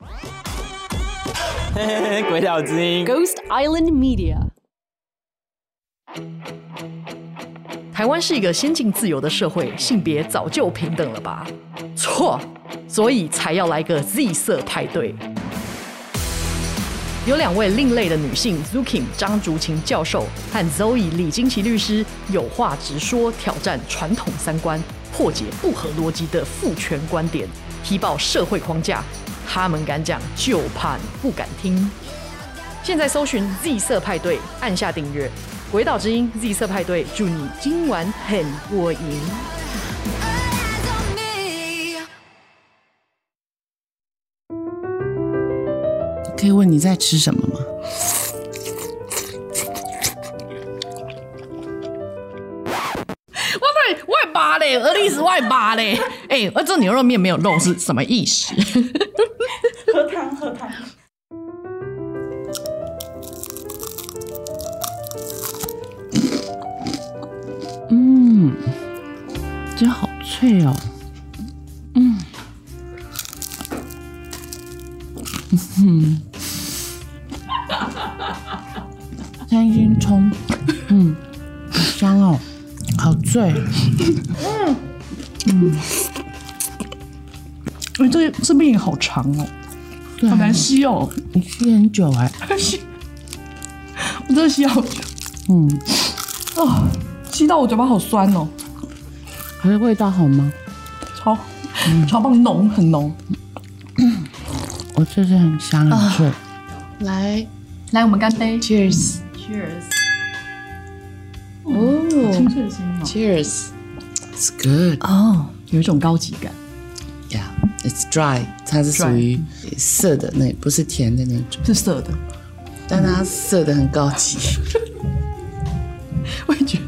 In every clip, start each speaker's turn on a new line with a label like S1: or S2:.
S1: 鬼岛之音。
S2: Ghost Island Media。
S3: 台湾是一个先进自由的社会，性别早就平等了吧？错，所以才要来个 Z 色派对。有两位另类的女性 Zukin 张竹琴教授和 Zoe 李金奇律师有话直说，挑战传统三观，破解不合逻辑的父权观点，踢爆社会框架。他们敢讲，就怕你不敢听。现在搜寻 Z 色派对，按下订阅《鬼岛之音》Z 色派对，祝你今晚很过瘾。
S4: 可以问你在吃什么吗？
S3: 我外外八嘞，俄历史外八嘞。哎、欸，这牛肉面没有肉是什么意思？
S5: 喝汤，喝汤。
S4: 嗯，这好脆哦。嗯，嗯，三星葱，嗯，好香哦，好醉。嗯嗯，哎、欸，这这面也好长哦，好难 吸哦。你吸很久哎、欸，
S6: 吸，我真的吸好久。嗯，哦。吸到我嘴巴好酸哦，
S4: 可是味道好吗？
S6: 超、嗯、超棒，浓很浓
S4: 我哦这是很香很脆、啊。
S3: 来
S6: 来，我们干杯
S3: ！Cheers！Cheers！
S6: 哦，清脆的声音哦
S4: ！Cheers！It's good
S3: 哦、oh,，有一种高级感。
S4: Yeah，it's dry，它是属于涩的那，不是甜的那种，
S6: 是涩的，
S4: 但
S7: 嗯
S4: 它涩的很高级。
S6: 我也觉得。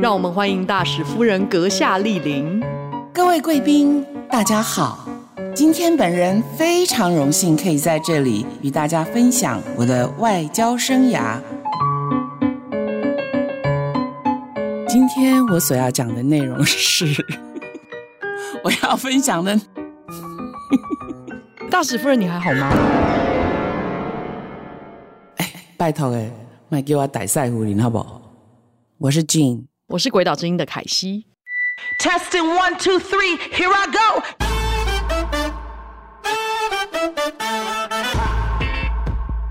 S3: 让我们欢迎大使夫人阁下莅临。
S7: 各位贵宾，大家好。今天本人非常荣幸可以在这里与大家分享我的外交生涯。今天我所要讲的内容是， 我要分享的
S3: 大使夫人，你还好吗？
S7: 哎，拜托哎，卖给我逮赛胡林好不好？我是 Jean。
S3: 我是鬼岛之音的凯西。
S8: Testing one two three, here I go。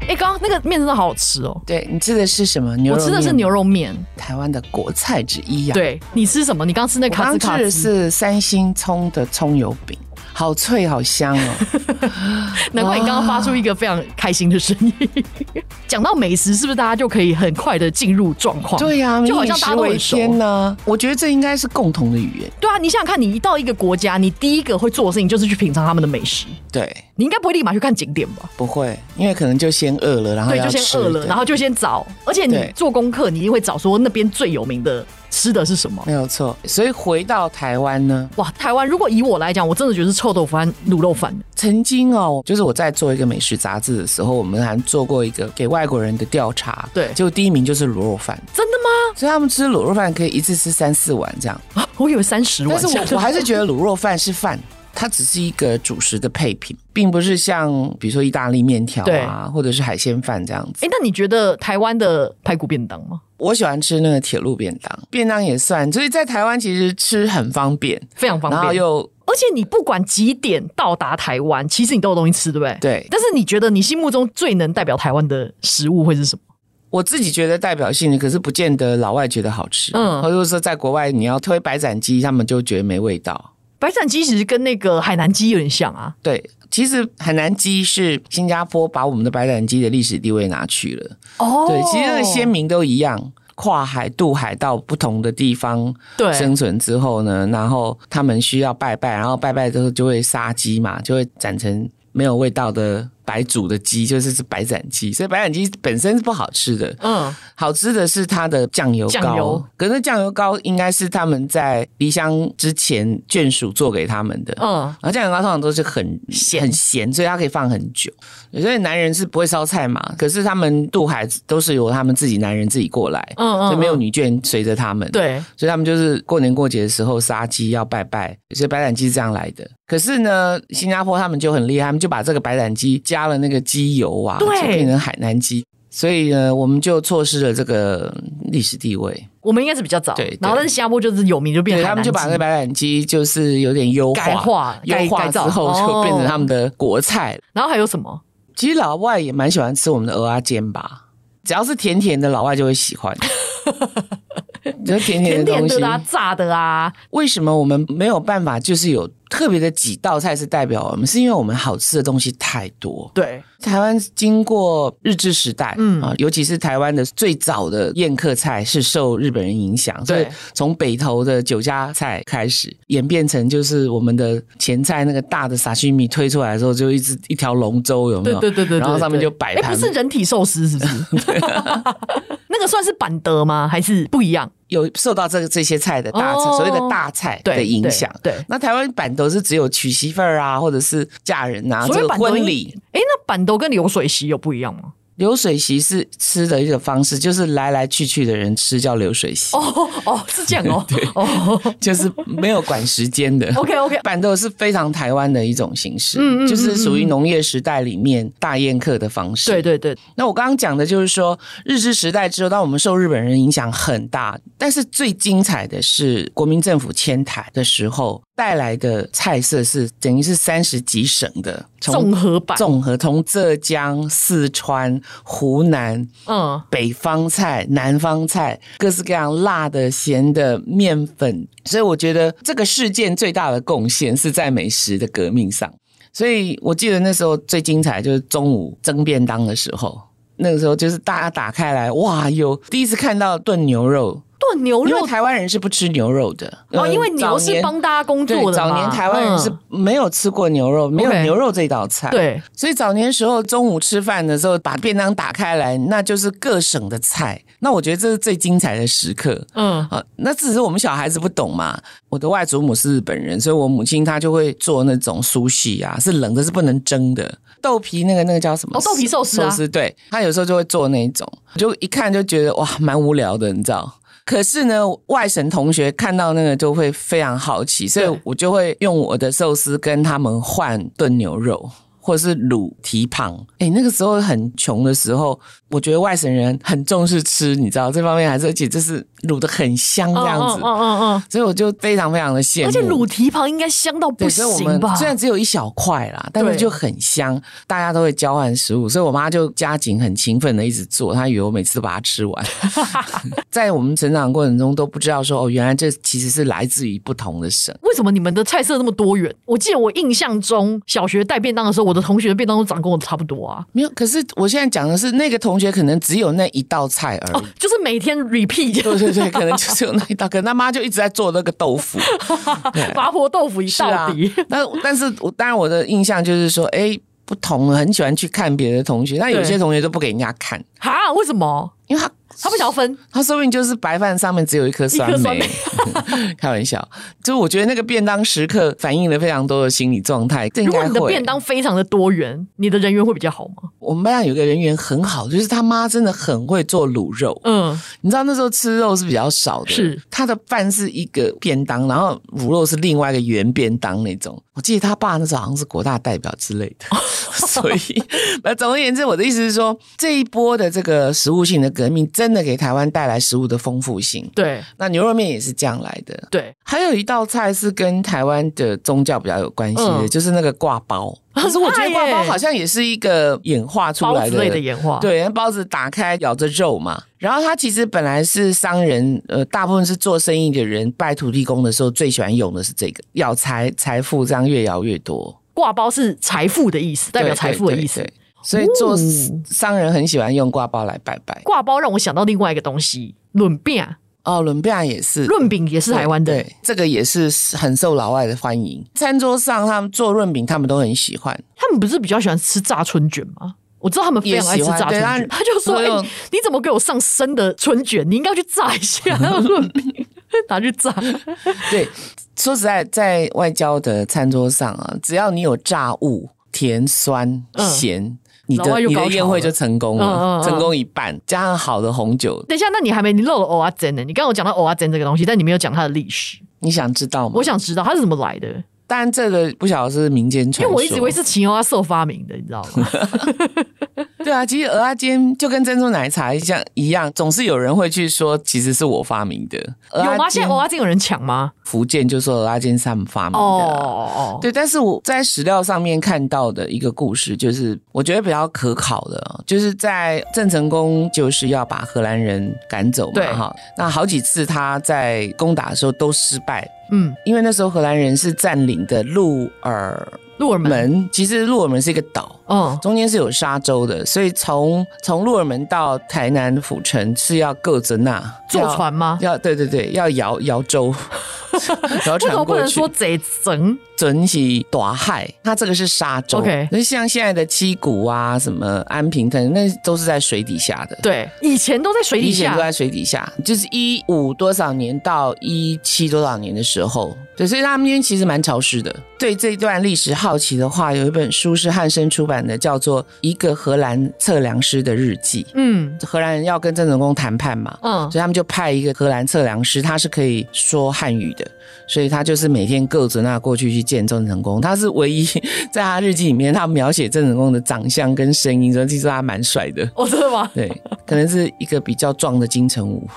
S3: 哎，刚刚那个面真的好好吃哦！
S4: 对你吃的是什么？牛
S3: 我吃的是牛肉面，
S4: 台湾的国菜之一呀、啊。
S3: 对你吃什么？你刚吃那卡
S4: 兹
S3: 卡
S4: 兹？吃的是三星葱的葱油饼，好脆，好 香哦！
S3: 难怪你刚刚发出一个非常开心的声音。讲到美食，是不是大家就可以很快的进入状况？
S4: 对呀、啊，
S3: 就好像大家都很熟
S4: 呢、啊。我觉得这应该是共同的语言。
S3: 对啊，你想想看，你一到一个国家，你第一个会做的事情就是去品尝他们的美食。
S4: 对，
S3: 你应该不会立马去看景点吧？
S4: 不会，因为可能就先饿了，然后
S3: 对，就先饿了，然后就先找。而且你做功课，你一定会找说那边最有名的吃的是什么。
S4: 没有错。所以回到台湾呢，
S3: 哇，台湾如果以我来讲，我真的觉得是臭豆腐和卤肉饭。
S4: 曾经哦，就是我在做一个美食杂志的时候，我们还做过一个给外。外国人的调查，
S3: 对，
S4: 结果第一名就是卤肉饭，
S3: 真的吗？
S4: 所以他们吃卤肉饭可以一次吃三四碗这样，
S3: 啊、我以为三十碗，
S4: 但是我我还是觉得卤肉饭是饭，它只是一个主食的配品，并不是像比如说意大利面条啊，或者是海鲜饭这样子。
S3: 哎、欸，那你觉得台湾的排骨便当吗？
S4: 我喜欢吃那个铁路便当，便当也算，所以在台湾其实吃很方便，
S3: 非常方便，
S4: 然后又。
S3: 而且你不管几点到达台湾，其实你都有东西吃，对不对？
S4: 对。
S3: 但是你觉得你心目中最能代表台湾的食物会是什么？
S4: 我自己觉得代表性的，可是不见得老外觉得好吃。嗯，或者说在国外你要推白斩鸡，他们就觉得没味道。
S3: 白斩鸡其实跟那个海南鸡有点像啊。
S4: 对，其实海南鸡是新加坡把我们的白斩鸡的历史地位拿去了。
S3: 哦。
S4: 对，其实那个先民都一样。跨海渡海到不同的地方生存之后呢，然后他们需要拜拜，然后拜拜之后就会杀鸡嘛，就会斩成没有味道的白煮的鸡，就是是白斩鸡，所以白斩鸡本身是不好吃的。嗯，好吃的是它的酱油
S3: 酱油
S4: 膏，可是酱油膏应该是他们在离乡之前眷属做给他们的。
S3: 嗯
S4: 嗯，然后酱油膏通常都是很
S3: 咸
S4: 很咸，所以它可以放很久。所以男人是不会烧菜嘛，可是他们渡海都是由他们自己男人自己过来，
S3: 嗯嗯
S4: 所以没有女眷随着他们。。
S3: 对，
S4: 所以他们就是过年过节的时候杀鸡要拜拜，所以白斩鸡是这样来的。可是呢，新加坡他们就很厉害，他们就把这个白斩鸡加了那个鸡油啊，
S3: 对
S4: 就变成海南鸡。所以呢，我们就错失了这个历史地位。
S3: 我们应该是比较早，
S4: 对对
S3: 然后但是新加坡就是有名就变
S4: 对，
S3: 海
S4: 他们
S3: 南
S4: 就把那个
S3: 鸡
S4: 白斩鸡就是有点优化、
S3: 改化
S4: 优
S3: 改
S4: 化
S3: 改
S4: 之
S3: 造
S4: 后
S3: 哦
S4: 就变成他们的国菜了。
S3: 然后还有什么？
S4: 其实老外也蛮喜欢吃我们的鹅啊煎吧，只要是甜甜的，老外就会 喜欢。就是甜甜
S3: 甜
S4: 的
S3: 点
S4: 东西，
S3: 的啦、炸的啊，
S4: 为什么我们没有办法，就是有特别的几道菜是代表我们，是因为我们好吃的东西太多。
S3: 对，
S4: 台湾经过日治时代，
S3: 嗯
S4: 嗯啊，尤其是台湾的最早的宴客菜是受日本人影响，所以
S3: 对
S4: 从北投的酒家菜开始演变成就是我们的前菜那个大的沙西米推出来的时候，就一只一条龙舟有没
S3: 对
S4: 有？
S3: 对对对，
S4: 然后
S3: 对
S4: 上面
S3: 对
S4: 就摆
S3: 哎，
S4: 盘，
S3: 不是人体寿司是不是？ 那个算是板德吗？还是不一样？
S4: 有受到这个这些菜的大菜、
S3: 哦
S4: 所谓的大菜
S3: 对
S4: 的影响。
S3: 对对
S4: 那台湾版都是只有娶媳妇儿啊，或者是嫁人啊，
S3: 所
S4: 这
S3: 以
S4: 个
S3: 板豆
S4: 婚礼。，
S3: 哎，那板豆跟流水席有不一样 吗？
S4: 流水席是吃的一个方式，就是来来去去的人吃叫流水席，
S3: 哦哦，是这样 哦，哦
S4: 就是没有管时间的。
S3: ，OK OK，
S4: 板豆是非常台湾的一种形式，
S3: 哦嗯嗯嗯
S4: 就是属于农业时代里面大宴客的方式。
S3: 对对对，
S4: 那我刚刚讲的就是说，日治时代之后，当我们受日本人影响很大，但是最精彩的是国民政府迁台的时候带来的菜色是等于是三十几省的从
S3: 综合版，
S4: 综合，从浙江、四川、湖南。
S3: 嗯，
S4: 北方菜、南方菜，各式各样辣的、咸的、面粉，所以我觉得这个事件最大的贡献是在美食的革命上。所以我记得那时候最精彩就是中午蒸便当的时候，那个时候就是大家打开来，哇，有第一次看到炖牛肉，
S3: 炖牛
S4: 因为
S3: 肉
S4: 台湾人是不吃牛肉的
S3: 哦，
S4: 呃
S3: 因为牛
S4: 早
S3: 是
S4: 年
S3: 帮大家工
S4: 对
S3: 作的嘛
S4: 早年台湾人是
S3: 嗯
S4: 没有吃过牛肉，没有
S3: OK
S4: 牛肉这道菜。
S3: 对，
S4: 所以早年时候中午吃饭的时候，把便当打开来，那就是各省的菜。那我觉得这是最精彩的时刻。
S3: 嗯，
S4: 啊，那只是我们小孩子不懂嘛。我的外祖母是日本人，所以我母亲她就会做那种苏西啊，是冷的，是不能蒸的。豆皮那个那个叫什么？
S3: 哦豆皮寿司啊
S4: 寿司对，她有时候就会做那一种，就一看就觉得哇，蛮无聊的，你知道。可是呢，外省同学看到那个就会非常好奇，所
S3: 对
S4: 以我就会用我的寿司跟他们换炖牛肉，或者是卤蹄膀。哎、那个时候很穷的时候，我觉得外省人很重视吃，你知道这方面还是，而且就是卤的很香这样子，
S3: 嗯嗯嗯嗯
S4: 所以我就非常非常的羡
S3: 嗯，
S4: 慕。
S3: 而且卤蹄膀应该香到不
S4: 对，所以我
S3: 行
S4: 们
S3: 吧？
S4: 虽然只有一小块啦，但是
S3: 对
S4: 就很香，大家都会交换食物，所以我妈就加紧很勤奋的一直做，她以为我每次都把它吃 完。 在我们成长过程中都不知道说哦，原来这其实是来自于不同的省。
S3: 为什么你们的菜色那么多元？我记得我印象中小学带便当的时候，我的同学的便当都长跟我差不多啊。
S4: 没有，可是我现在讲的是那个同学可能只有那一道菜而已。
S3: 哦， 就是每天 repeat
S4: 对对对，可能就是有那一道，可能他妈就一直在做那个豆 腐。
S3: 麻婆豆腐一
S4: 是
S3: 道
S4: 啊
S3: 底，，
S4: 但但是我当然我的印象就是说，哎、不同，很喜欢去看别的同学，但有
S3: 对
S4: 些同学都不给人家看，
S3: 哈？为什么？
S4: 因为他
S3: 他不想要分，
S4: 他说不定就是白饭上面只有一颗酸
S3: 一颗酸
S4: 梅， 开玩笑。就我觉得那个便当时刻反映了非常多的心理状态，这应
S3: 如
S4: 该
S3: 果
S4: 会。
S3: 你的便当非常的多元，你的人缘会比较好吗？
S4: 我们班上有个人缘很好，就是他妈真的很会做卤肉。
S3: 嗯，
S4: 你知道那时候吃肉是比较少的，
S3: 是
S4: 他的饭是一个便当，然后卤肉是另外一个圆便当那种。我记得他爸那时候好像是国大代表之类 的，所以那总而言之，我的意思是说，这一波的这个食物性的革命，真的给台湾带来食物的丰富性。
S3: 对
S4: 那牛肉面也是这样来的。
S3: 对，
S4: 还有一道菜是跟台湾的宗教比较有关系的，
S3: 嗯
S4: 就是那个挂包。可是我 觉
S3: 很爱
S4: 得
S3: 耶
S4: 挂包好像也是一个演化出
S3: 包
S4: 来
S3: 子类的演化，，
S4: 对，那包子打开咬着肉嘛，然后它其实本来是商人，呃，大部分是做生意的人拜土地公的时候最喜欢用的是这个，咬财财富，这样越咬越多，
S3: 挂包是财富的意思，代表财富的意思
S4: 对。对对所以做
S3: 哦
S4: 商人很喜欢用挂包来拜拜。
S3: 挂包让我想到另外一个东西，轮饼。
S4: 哦，伦比亚也是，
S3: 润饼也是台湾的
S4: 对，这个也是很受老外的欢迎。餐桌上他们做润饼，他们都很喜欢。
S3: 他们不是比较喜欢吃炸春卷吗？我知道他们非常爱吃炸春
S4: 也喜欢
S3: 卷，
S4: 对
S3: 他就说：“
S4: 所
S3: 哎、
S4: 有
S3: 你怎么给我上生的春卷？你应该去炸一下，还有润饼拿去炸。
S4: 对，说实在，在外交的餐桌上啊，只要你有炸物，甜、酸、
S3: 嗯
S4: 咸，你
S3: 老
S4: 的
S3: 外又
S4: 你
S3: 高
S4: 的
S3: 潮
S4: 宴会就
S3: 了
S4: 成功了，
S3: 嗯嗯嗯
S4: 成功一半，加上好的红酒，
S3: 等一下，那你还没你漏了欧阿珍呢？你刚刚有讲到欧阿珍这个东西，但你没有讲它的历史。
S4: 你想知道吗？
S3: 我，想知道它是怎么来的，
S4: 当然这个不晓得是民间
S3: 因
S4: 传
S3: 为
S4: 说，
S3: 我一直以为是秦欧阿寿发明的，你知道 吗？
S4: 对啊，其实鹅阿煎就跟珍珠奶茶一样一样，总是有人会去说其实是我发明的。鹅
S3: 有吗？
S4: 阿
S3: 现
S4: 煎
S3: 在欧阿珍有人抢吗？
S4: 福建就说鹅阿煎是他们发明
S3: 哦
S4: 的啊、
S3: 哦哦，
S4: 对，但是我在史料上面看到的一个故事，就是我觉得比较可考的，就是在郑成功就是要把荷兰人赶走嘛
S3: 对，
S4: 哈，那好几次他在攻打的时候都失败，
S3: 嗯，
S4: 因为那时候荷兰人是占领的鹿耳
S3: 鹿耳门，
S4: 门，其实鹿耳门是一个岛，
S3: 嗯，
S4: 中间是有沙洲的，所以从从鹿耳门到台南府城是要各着那
S3: 坐船吗？
S4: 要对对对，要摇摇舟， 摇
S3: 为什
S4: 船
S3: 么不
S4: 过
S3: 能
S4: 去
S3: 说。贼整？
S4: 准起大海，它这个是沙洲。
S3: OK
S4: 那像现在的七股啊，什么安平等，那都是在水底下的。
S3: 对，以前都在水底
S4: 以前
S3: 下
S4: 都，在水底下，就是一五多少年到一七多少年的时候，对，所以他们那边其实蛮潮湿的。对这一段历史好奇的话，有一本书是汉生出版的，叫做《一个荷兰测量师的日记》。
S3: 嗯
S4: 荷兰人要跟郑成功谈判嘛，
S3: 嗯
S4: 所以他们就派一个荷兰测量师，他是可以说汉语的，所以他就是每天各着那过去去见郑成功。他是唯一 在他日记里面，他描写郑成功的长相跟声音，所以其实他蛮帅的。
S3: 哦，真的吗？
S4: 对，可能是一个比较壮的金城武。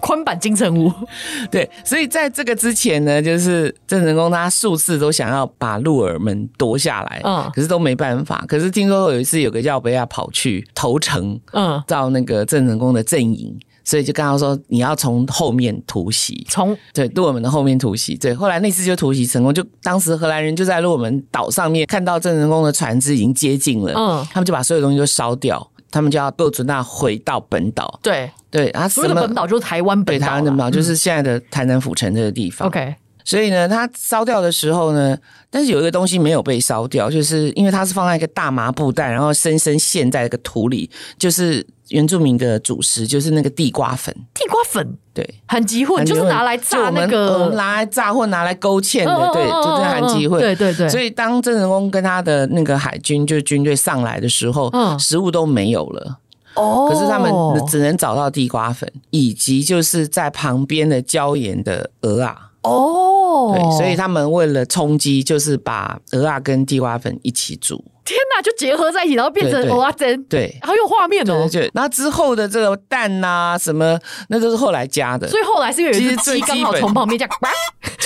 S3: 宽版金城武，
S4: 对，所以在这个之前呢，就是郑成功他数次都想要把鹿耳门夺下来，
S3: 嗯
S4: 可是都没办法。可是听说有一次有个耀贝亚跑去投诚，
S3: 嗯，
S4: 到那个郑成功的阵营，所以就跟他说你要从后面突袭。
S3: 从
S4: 对，鹿耳门的后面突袭。对，后来那次就突袭成功，就当时荷兰人就在鹿耳门岛上面看到郑成功的船只已经接近了，
S3: 嗯
S4: 他们就把所有东西都烧掉，他们就要各准那回到本岛。
S3: 对，
S4: 对，啊，什
S3: 所有的
S4: 么
S3: 本岛就是啊台湾
S4: 北
S3: 本岛啦，
S4: 台湾的本岛就是现在的台南府城这个地方。
S3: OK，
S4: 所以呢，它烧掉的时候呢，但是有一个东西没有被烧掉，就是因为它是放在一个大麻布袋，然后深深陷在一个土里，就是原住民的主食，就是那个地瓜粉。
S3: 地瓜粉
S4: 对，
S3: 韩吉混就是拿来
S4: 就
S3: 炸
S4: 我
S3: 那
S4: 们呃嗯我们
S3: 个，
S4: 拿来炸或拿来勾芡
S3: 嗯嗯
S4: 的，
S3: 嗯
S4: 对，
S3: 嗯
S4: 就是韩籍
S3: 嗯
S4: 会。
S3: 对对对，
S4: 所以当郑成功跟他的那个海军就是军队上来的时候，
S3: 嗯
S4: 食物都没有了。
S3: 哦，
S4: 可是他们只能找到地瓜粉，以及就是在旁边的椒盐的鹅啊。
S3: 哦，
S4: 对，所以他们为了充饥，就是把鹅啊跟地瓜粉一起煮。
S3: 天哪，就结合在一起，然后变成
S4: 对对
S3: 欧阿珍，
S4: 对，
S3: 好有画面哦
S4: 对。对。那之后的这个蛋呐、什么，那都是后来加的。
S3: 所以后来是因为有一只
S4: 其实最
S3: 鸡刚
S4: 基
S3: 好
S4: 本
S3: 从旁边这样，呱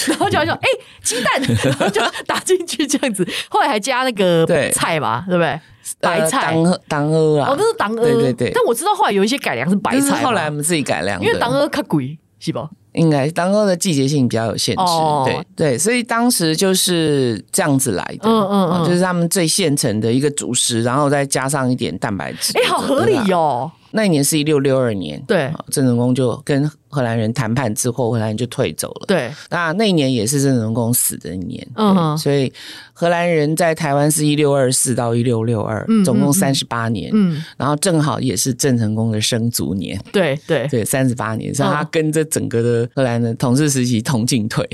S3: 然后 就来说：“哎、鸡蛋！” 然后就打进去这样子。后来还加那个
S4: 对
S3: 菜嘛，对不对？白菜。
S4: 当鹅当鹅啊，
S3: 哦，那是党鹅。
S4: 对对对
S3: 但我知道后来有一些改良是白
S4: 就是
S3: 菜嘛，
S4: 后来我们自己改良的。
S3: 因为党鹅较贵，是吧？
S4: 应该当鹅的季节性比较有限制，
S3: 哦
S4: 对对，所以当时就是这样子来的，哦
S3: 嗯嗯嗯
S4: 就是他们最现成的一个主食，然后再加上一点蛋白质。
S3: 哎、好合理
S4: 对啊！
S3: 哦。
S4: 那一年是一六六二年，
S3: 对
S4: 啊郑成功就跟荷兰人谈判之后，荷兰人就退走了。
S3: 对，
S4: 那那一年也是郑成功死的一年，
S3: 嗯哼
S4: 嗯，所以荷兰人在台湾是一六二四到一六六二
S3: 嗯，
S4: 总
S3: 嗯
S4: 共
S3: 嗯
S4: 三十八年，
S3: 嗯，
S4: 然后正好也是郑成功的生卒年，
S3: 对对。
S4: 对，三十八年，所以他跟这整个的荷兰的统治时期同进退。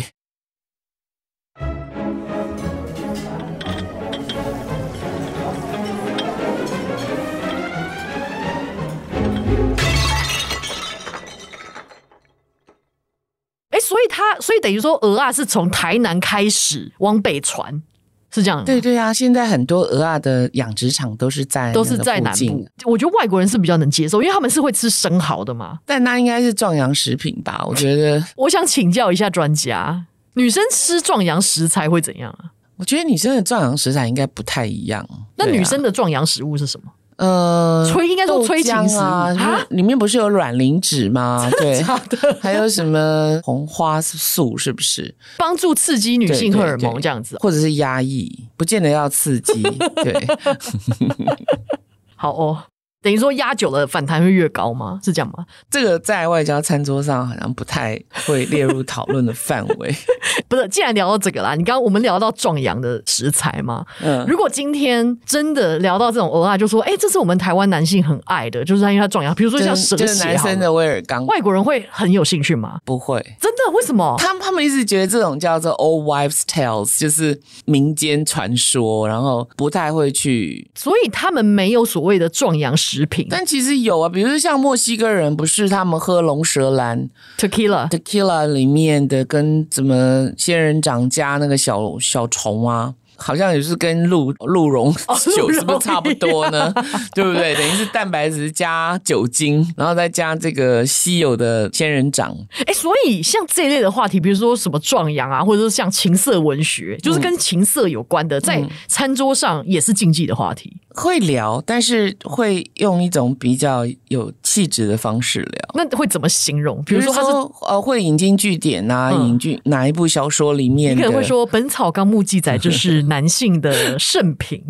S3: 哎、所以他，所以等于说，鹅啊是从台南开始往北传，是这样吗？
S4: 对对啊，现在很多鹅啊的养殖场都是在
S3: 都是
S4: 那个
S3: 在
S4: 附
S3: 南
S4: 近
S3: 部，我觉得外国人是比较能接受，因为他们是会吃生蚝的嘛。
S4: 但那应该是壮阳食品吧？我觉得，
S3: 我想请教一下专家，女生吃壮阳食材会怎样啊？
S4: 我觉得女生的壮阳食材应该不太一样。
S3: 那
S4: 对啊
S3: 女生的壮阳食物是什么？
S4: 呃，
S3: 催应该说催情食物
S4: 豆浆啊，
S3: 啊
S4: 里面不是有卵磷脂 吗？对，还有什么红花素是不是？
S3: 帮助刺激女
S4: 对
S3: 性荷尔
S4: 对
S3: 蒙
S4: 对
S3: 这样子。哦
S4: 或者是 压抑，不见得要刺激。对，
S3: 好哦，等于说压久了反弹会越高吗？是这样吗？
S4: 这个在外交餐桌上好像不太会列入讨论的范 围。
S3: 不是，既然聊到这个啦，你刚刚我们聊到壮阳的食材嘛，
S4: 嗯
S3: 如果今天真的聊到这种偶尔就说，哎、这是我们台湾男性很爱的，就是因为它壮阳，比如说像
S4: 就是
S3: 蛇
S4: 就是
S3: 血
S4: 男
S3: 好了
S4: 生的威尔刚
S3: 外国人会很有兴趣吗？
S4: 不会，
S3: 真的？为什么？
S4: 他们他们一直觉得这种叫做 old wives tales，就是民间传说，然后不太会去。
S3: 所以他们没有所谓的壮阳食品
S4: 但其实有啊，比如说像墨西哥人，不是他们喝龙舌兰
S3: ，tequila。
S4: tequila 里面的跟什么仙人掌加那个小小虫啊。好像也是跟鹿鹿茸
S3: 哦鹿
S4: 酒
S3: 茸
S4: 是不是差不多呢？ 对不对？等于是蛋白质加酒精，然后再加这个稀有的仙人掌，
S3: 哎，所以像这类的话题，比如说什么壮阳啊，或者是像情色文
S4: 嗯
S3: 学，就是跟情色有关的，在餐桌上也是禁忌的话题。
S4: 会聊，但是会用一种比较有气质的方式聊。
S3: 那会怎么形容？比如说，他是
S4: 呃，会引经据典啊，
S3: 嗯
S4: 引据哪一部小说里面
S3: 你
S4: 的，
S3: 可能会说，《本草纲目》记载这是男性的圣 品，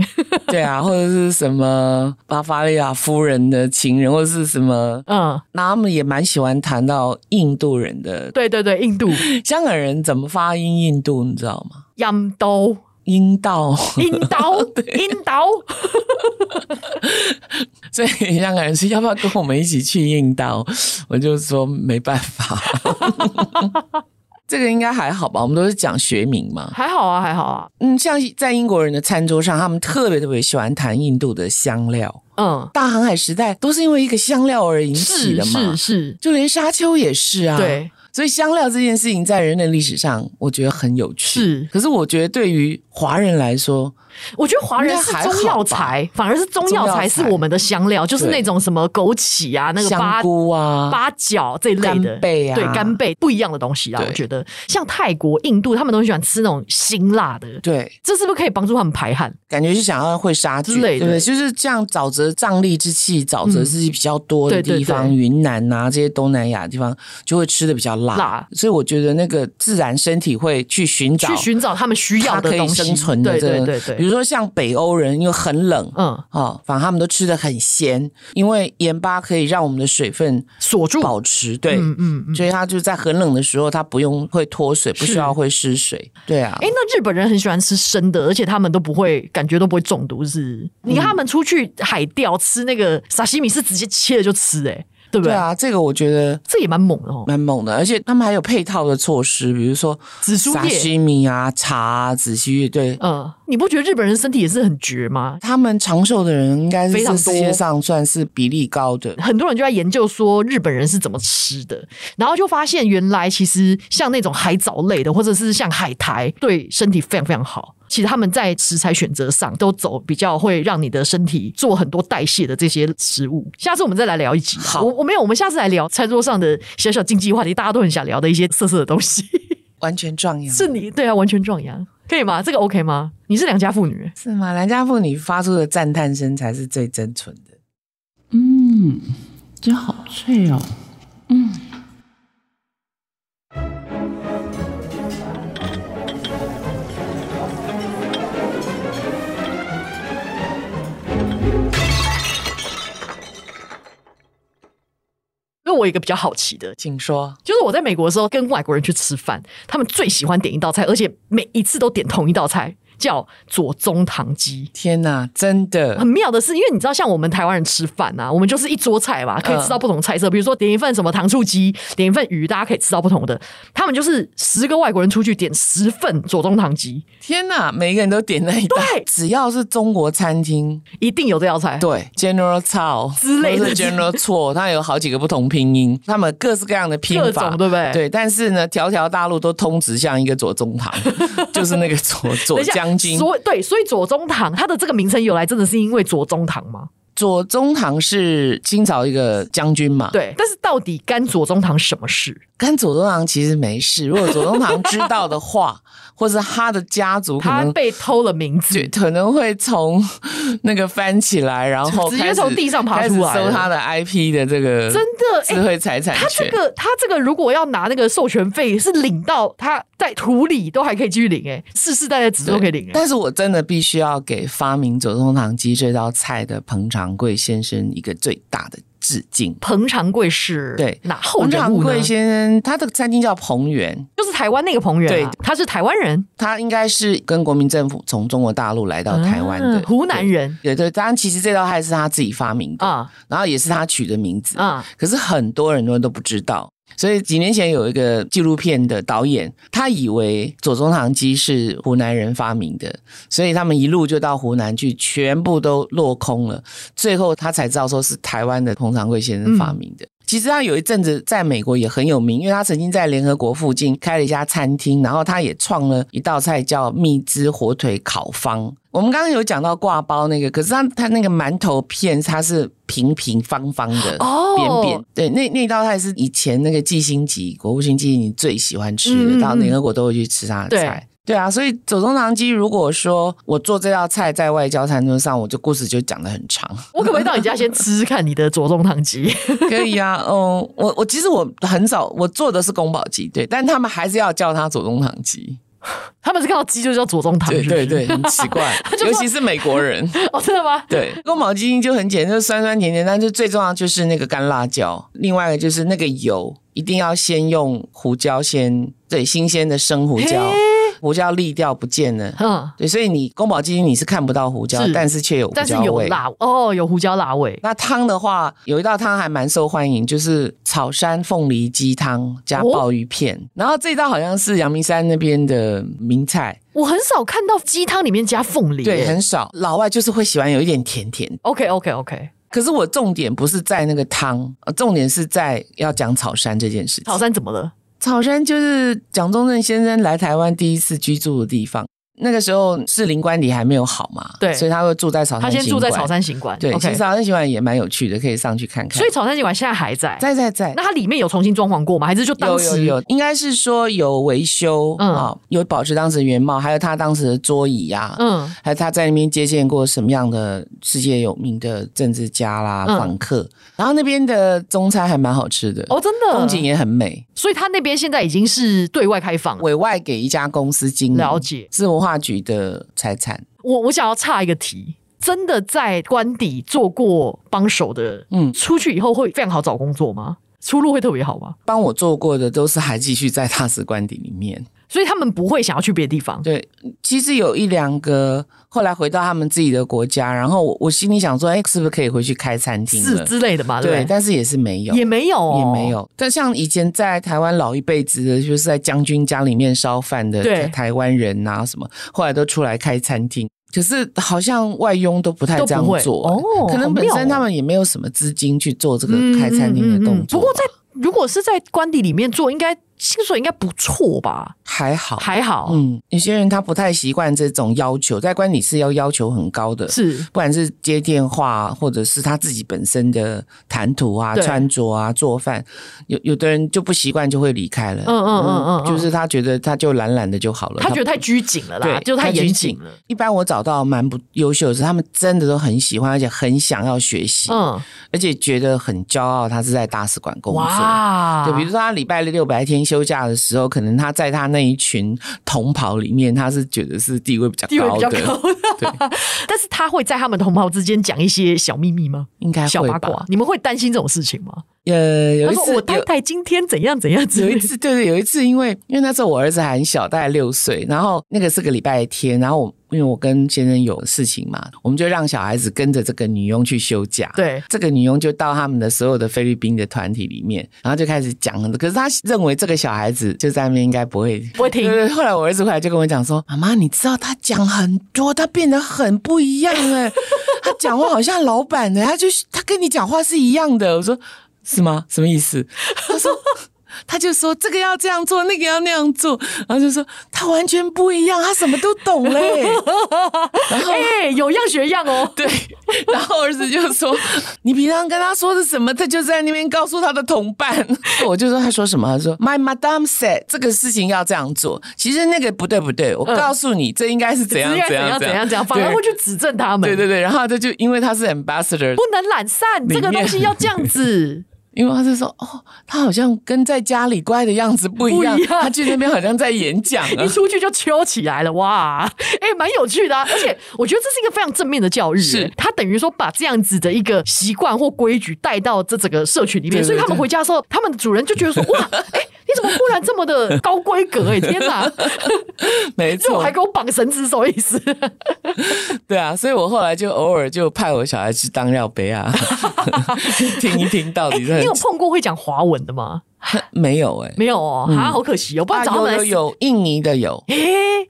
S4: 对啊，或者是什么巴伐利亚夫人的情人，或者是什么。
S3: 嗯，
S4: 那他们也蛮喜欢谈到印度人 的，
S3: 对对对，印 度
S4: 香港人怎么发音印度，你知道吗？
S3: 阴 刀、
S4: 阴道，
S3: 阴刀、阴刀，
S4: 所以香港人说要不要跟我们一起去印道？ 我就说没 办法，这个应该还好吧？我们都是讲学名嘛。
S3: 还好啊，还好啊，
S4: 嗯，像在英国人的餐桌上，他们特别特别喜欢谈印度的香料。
S3: 嗯，
S4: 大航海时代都是因为一个香料而引起
S3: 是
S4: 的嘛
S3: 是，是，
S4: 就连沙丘也是啊。，
S3: 对，
S4: 所以香料这件事情在人类历史上，我觉得很有趣。
S3: 是
S4: 可是我觉得对于华人来说，
S3: 我觉得华人
S4: 应该
S3: 是
S4: 还
S3: 中药
S4: 好吧
S3: 材，反而是中药
S4: 中药
S3: 材
S4: 材
S3: 是我们的香料，就是那种什么枸杞啊、那个八
S4: 香菇啊
S3: 八角这一类的
S4: 干贝啊
S3: 对干贝不一样的东西啊。
S4: 对
S3: 我觉得像泰国、印度，他们都很喜欢吃那种辛辣的，
S4: 对，
S3: 这是不是可以帮助他们排汗？
S4: 感觉是想要会杀
S3: 之
S4: 菌，
S3: 类
S4: 对
S3: 的
S4: 不对？就是这样，沼泽瘴疠之气，沼泽之气比较
S3: 嗯
S4: 多的
S3: 对对
S4: 地方，
S3: 对
S4: 云南啊这些东南亚的地方就会吃的比较辣，
S3: 辣
S4: 所以我觉得那个自然身体会去寻找
S3: 去寻找他们需要
S4: 它
S3: 的
S4: 可
S3: 东
S4: 以
S3: 西，
S4: 生存的
S3: 对
S4: 这
S3: 对
S4: 个，
S3: 对
S4: 比
S3: 对，
S4: 如说像北欧人，因为很冷。
S3: 嗯，
S4: 哦，反正他们都吃的很鲜，因为盐巴可以让我们的水分
S3: 锁住，
S4: 保持，对，
S3: 嗯嗯嗯。
S4: 所以它就在很冷的时候，它不用会脱水，不
S3: 是
S4: 需要会失水，对啊。
S3: 哎，那日本人很喜欢吃生的，而且他们都不会感觉都不会中毒，是？你看他们出去海钓吃那个沙西米是直接切了就吃，哎，对不
S4: 对啊，这个我觉得
S3: 这也蛮猛的哦。
S4: 蛮猛的，而且他们还有配套的措施，比如说
S3: 紫苏叶
S4: 沙西米啊、茶啊、紫苏叶，对。
S3: 嗯，你不觉得日本人身体也是很绝吗？
S4: 他们长寿的人应该是
S3: 非常
S4: 这
S3: 多嗯
S4: 世界上算是比例高的，
S3: 很多人就在研究说日本人是怎么吃的，然后就发现原来其实像那种海藻类的，或者是像海苔，对身体非常非常好。其实他们在食材选择上都走比较会让你的身体做很多代谢的这些食物。下次我们再来聊一集吧。
S4: 好
S3: 我我没有，我们下次来聊餐桌上的小小禁忌话题，大家都很想聊的一些色色的东西。
S4: 完全壮阳。
S3: 是你对啊，完全壮阳，可以吗？这个 OK 吗？你是良家妇女，
S4: 是吗？良家妇女发出的赞叹声才是最真纯的。
S6: 嗯，这好脆哦。
S3: 因为我有一个比较好奇的，
S4: 请说，
S3: 就是我在美国的时候跟外国人去吃饭，他们最喜欢点一道菜，而且每一次都点同一道菜，叫左宗棠鸡。
S4: 天哪，真的
S3: 很妙的是，因为你知道，像我们台湾人吃饭啊，我们就是一桌菜嘛，可以吃
S4: 嗯
S3: 到不同菜色。比如说点一份什么糖醋鸡，点一份鱼，大家可以吃到不同的。他们就是十个外国人出去点十份左宗棠鸡，
S4: 天哪，每一个人都点那一道
S3: 对，
S4: 只要是中国餐厅，
S3: 一定有这道菜。
S4: 对 General Cao
S3: 之类的
S4: 或是 General 错，它有好几个不同拼音，他们各式各样的拼
S3: 各
S4: 法，
S3: 种对不对
S4: 对，但是呢，条条大路都通指向一个左宗 棠，就是那个左
S3: 等
S4: 左
S3: 一下
S4: 将军。
S3: 所以对，所以左宗棠它的这个名称由来真的是因为左宗棠吗？
S4: 左宗棠是清朝一个将军嘛？，
S3: 对，但是到底干左宗棠什么事？
S4: 跟左宗棠其实没事。如果左宗棠知道 的话，或是他的家族可
S3: 他
S4: 能。
S3: 被偷了名字
S4: 对，，可能会从那个翻起来，然后
S3: 直接
S4: 开始
S3: 从地上爬出来
S4: 开始
S3: 了
S4: 搜他的 IP 的这个
S3: 真的哎
S4: 智慧财产
S3: 他
S4: 权
S3: 这。个他这个如果要拿那个授权费，是领到他在土里都还可以继续领哎、世世代代子孙都可以领哎、
S4: 但是我真的必须要给发明左宗棠鸡这道菜的捧场长贵先生一个最大的致敬。
S3: 彭长贵是
S4: 对
S3: 哪后
S4: 彭
S3: 人
S4: 长
S3: 物呢？
S4: 贵先生，他的餐厅叫彭园，
S3: 就是台湾那个彭源、啊，
S4: 对
S3: 他是台湾人，
S4: 他应该是跟国民政府从中国大陆来到呃台湾的、
S3: 啊湖南人
S4: 对。对对，当然其实这道菜是他自己发明的，
S3: 啊
S4: 然后也是他取的名字。
S3: 啊，
S4: 可是很多人都不知道。所以几年前有一个纪录片的导演，他以为左宗棠鸡是湖南人发明的，所以他们一路就到湖南去，全部都落空了。最后他才知道说是台湾的彭长贵先生发明的。其实他有一阵子在美国也很有名，因为他曾经在联合国附近开了一家餐厅，然后他也创了一道菜叫蜜汁火腿烤方。我们刚刚有讲到挂包那个，可是他他那个馒头片它是平平方方的，
S3: 哦
S4: 扁扁对，那那道菜是以前那个季星级国务卿季星级最喜欢吃的，
S3: 嗯嗯
S4: 到联合国都会去吃他的菜。对啊，所以左宗棠鸡，如果说我做这道菜在外交餐桌上，我就故事就讲得很长。
S3: 我可不可以到你家先 吃吃看你的左宗棠鸡？
S4: 可以啊，嗯，我我其实我很早我做的是宫保鸡，对，但他们还是要叫它左宗棠鸡，
S3: 他们是看到鸡就叫左宗棠，
S4: 对
S3: 是不
S4: 对
S3: 是
S4: 对，很奇怪
S3: 他，就说
S4: 尤其是美国人。
S3: 哦，真的吗？
S4: 对，宫保鸡丁就很简单，就是酸酸甜甜，但是最重要就是那个干辣椒，另外一个就是那个油，一定要先用胡椒先，对，新鲜的生胡椒，胡椒粒掉不见了。
S3: 嗯，
S4: 对，所以你宫保鸡丁你是看不到胡椒
S3: 是，
S4: 但是却有胡
S3: 但是
S4: 椒
S3: 有
S4: 味。
S3: 辣哦，有胡椒辣味。
S4: 那汤的话，有一道汤还蛮受欢迎，就是草山凤梨鸡汤加
S3: 哦
S4: 鲍鱼片。然后这道好像是阳明山那边的名菜，
S3: 我很少看到鸡汤里面加凤梨耶。
S4: 对，很少。老外就是会喜欢有一点甜甜。
S3: OK OK OK。
S4: 可是我重点不是在那个汤，呃重点是在要讲草山这件事情。
S3: 草山怎么了？
S4: 草山就是蒋中正先生来台湾第一次居住的地方。那个时候士林官邸还没有好嘛，
S3: 对
S4: 所以他会住在草山
S3: 他
S4: 行馆。
S3: 先住在草山行馆。
S4: 对
S3: o
S4: 其
S3: k
S4: 实草山行馆也蛮有趣的，可以上去看看。
S3: 所以草山行馆现在还在。
S4: 在在在，
S3: 那它里面有重新装潢过吗？还是就当
S4: 有有
S3: 时
S4: 有，应该是说有维修啊、
S3: 嗯
S4: 有保持当时的原貌，还有他当时的桌椅啊呀、
S3: 嗯
S4: 还有他在那边接见过什么样的世界有名的政治家啦、
S3: 嗯
S4: 访客，然后那边的中餐还蛮好吃的，
S3: 哦，真的
S4: 风景也很美。
S3: 所以它那边现在已经是对外开放了。
S4: 委外给一家公司经营，
S3: 了解
S4: 是文化局的财产。
S3: 我我想要岔一个题，真的在官邸做过帮手的，嗯，
S4: 嗯
S3: 出去以后会非常好找工作吗？出路会特别好吗？
S4: 帮我做过的都是还继续在大使官邸里面。
S3: 所以他们不会想要去别的地方。
S4: 对，其实有一两个后来回到他们自己的国家，然后我我心里想说，哎、是不是可以回去开餐厅
S3: 是
S4: 了？
S3: 之类的嘛，
S4: 对，
S3: 啊对不
S4: 但是也是没有，
S3: 对？也没有、哦，
S4: 也没。有。但像以前在台湾老一辈子的，就是在将军家里面烧饭的
S3: 对
S4: 台湾人啊，什么，后来都出来开餐厅。可是好像外佣都不太
S3: 都
S4: 这样
S3: 不会
S4: 做、欸
S3: 哦
S4: 可
S3: 好
S4: 能本
S3: 妙
S4: 身他
S3: 哦
S4: 们也没有什么资金去做这个
S3: 嗯
S4: 开餐厅的
S3: 嗯嗯嗯
S4: 动作
S3: 不
S4: 吧、
S3: 过在如果是在官邸里面做，应该薪水应该不错吧？
S4: 还好，
S3: 还好，
S4: 嗯，有些人他不太习惯这种要求，在观理是要要求很高的，
S3: 是
S4: 不管是接电话，或者是他自己本身的谈吐啊、
S3: 对
S4: 穿着啊、做饭，有有的人就不习惯，就会离开了。
S3: 嗯嗯嗯嗯嗯
S4: 就是他觉得他就懒懒的就好了。
S3: 他觉得太拘谨了啦，
S4: 对，
S3: 就太
S4: 拘
S3: 严
S4: 谨
S3: 谨了。。
S4: 一般我找到蛮不优秀的是，他们真的都很喜欢，而且很想要学习，
S3: 嗯，
S4: 而且觉得很骄傲，他是在大使馆工作。
S3: 哇，
S4: 对，比如说他礼拜六白天休假的时候，可能他在他那一群同袍里面，他是觉得是地位比较
S3: 地位比
S4: 高
S3: 较
S4: 的，
S3: 高， 但是他会在他们同袍之间讲一些小秘密吗？
S4: 应该
S3: 小
S4: 会
S3: 八
S4: 吧
S3: 卦？，你们会担心这种事情吗？
S4: 呃，有
S3: 他
S4: 一
S3: 说
S4: 次
S3: 我太
S4: 有
S3: 太今天怎样怎样之
S4: 有
S3: 类
S4: 一
S3: 的，
S4: 次，对对，有一次，因为因为那时候我儿子还很小，大概六岁，然后那个是个礼拜天，然后我因为我跟先生有事情嘛，我们就让小孩子跟着这个女佣去休假。
S3: 对
S4: 这个女佣就到他们的所有的菲律宾的团体里面，然后就开始讲很多。可是他认为这个小孩子就在那边应该不会
S3: 不会听
S4: 对对后来我儿子回来就跟我讲说：“妈妈，你知道他讲很多，他变得很不一样哎、他讲话好像老板欸呢，他就是他跟你讲话是一样的。”我说：“是吗？什么意思？”他说。他就说这个要这样做，那个要那样做，然后就说他完全不一样，他什么都懂嘞。
S3: 哎、有样学样哦。
S4: 对，然后儿子就说：“你平常跟他说的什么，他就在那边告诉他的同伴。” 我就说：“他说什么？”他说：“My madam said 这个事情要这样做，其实那个不对不对，我告诉你，嗯这应该是怎 样
S3: 应该
S4: 怎
S3: 怎
S4: 样
S3: 怎样怎样，反而
S4: 对
S3: 会去指正他们。
S4: 对对对，然后他就因为他是 ambassador，
S3: 不能懒散，
S4: 里
S3: 这
S4: 面
S3: 个东西要这样子。
S4: 因为他是说，哦，他好像跟在家里乖的样子不一样，
S3: 不一样
S4: 他去那边好像在演讲啊
S3: 一。出去就秋起来了，哇！哎、蛮有趣的、啊，而且我觉得这是一个非常正面的教育，欸
S4: 是
S3: 他等于说把这样子的一个习惯或规矩带到这整个社群里面，
S4: 对对
S3: 所以他们
S4: 对
S3: 回家的时候，他们的主人就觉得说，哇，哎、你怎么忽然这么的高规格、哎，天 哪！
S4: 没
S3: 就
S4: 错
S3: 还，给我绑绳子，什么意思？
S4: 对啊，所以我后来就偶尔就派我小孩吃当料杯 啊，听一听到底在、
S3: 哎你有碰过会讲华文的吗？
S4: 没有哎、
S3: 没有哦，啊，好可惜哦，不然
S4: 啊，
S3: 找他
S4: 有
S3: 们
S4: 有
S3: 来。
S4: 有，印尼的有，
S3: 哎，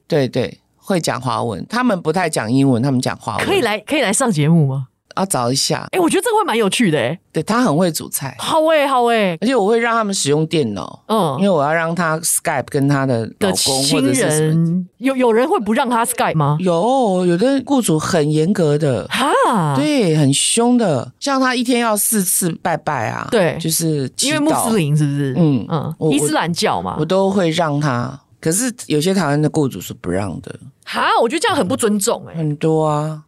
S4: 对对，会讲华文，他们不太讲英文，他们讲华文。
S3: 可以来可以来上节目吗？
S4: 要找一下，
S3: 哎，我觉得这个会蛮有趣的，哎，
S4: 对他很会煮菜，
S3: 好哎，好哎，
S4: 而且我会让他们使用电脑，
S3: 嗯
S4: 因为我要让他 Skype 跟他的老
S3: 的
S4: 公或
S3: 亲
S4: 者是什么。
S3: 人，有有人会不让他 Skype 吗？
S4: 有有的雇主很严格的，
S3: 哈，
S4: 对，很凶的，像他一天要四次拜拜啊，
S3: 对
S4: 就是祈
S3: 因为穆
S4: 祷
S3: 斯，林是不是？
S4: 嗯
S3: 嗯，
S4: 我
S3: 伊斯兰教嘛
S4: 我。都会让他。可是有些台湾的雇主是不让的，
S3: 哈，我觉得这样很不尊重哎。
S4: 很多啊。